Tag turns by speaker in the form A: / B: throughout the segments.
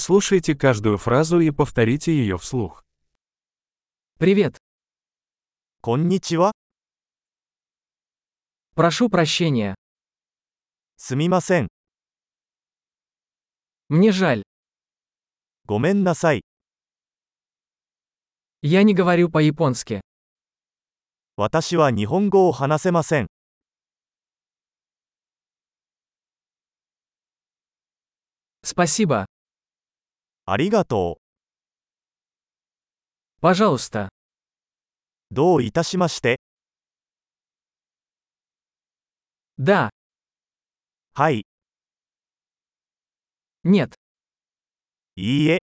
A: Прослушайте каждую фразу и повторите ее вслух.
B: Привет.
C: こんにちは。
B: Прошу прощения.
C: すみません。
B: Мне жаль.
C: ごめんなさい。
B: Я не говорю по-японски.
C: 私は日本語を話せません。
B: Спасибо.
C: ありがと
B: Пожалуйста.
C: う。どういたしまして。
B: Да.
C: はい、
B: Нет.
C: いいえ。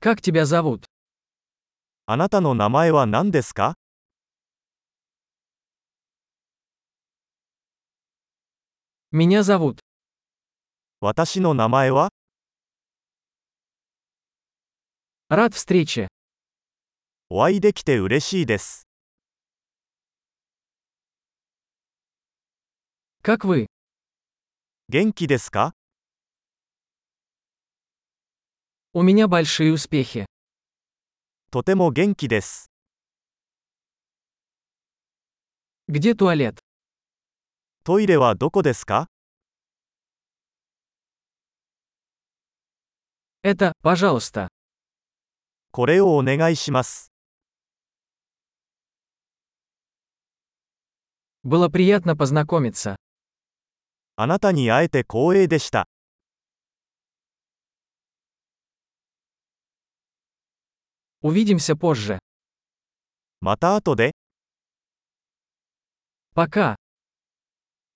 B: Как тебя зовут?
C: あなたの名前は何ですか
B: Меня зовут.
C: 私の名前は
B: Рад встрече.
C: お会いできて嬉しいです。
B: Как вы?
C: 元気ですか
B: У меня большие успехи.
C: とても元気です。
B: Где туалет?
C: トイレはどこですか
B: Это, пожалуйста.
C: これをお願いします。
B: Было приятно познакомиться.
C: あなたに会えて光栄でした。
B: Увидимся позже.
C: また後で、
B: Пока.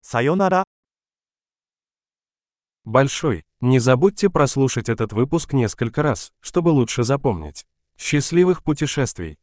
C: さよなら。
A: Большой. Не забудьте прослушать этот выпуск несколько раз, чтобы лучше запомнить. Счастливых путешествий!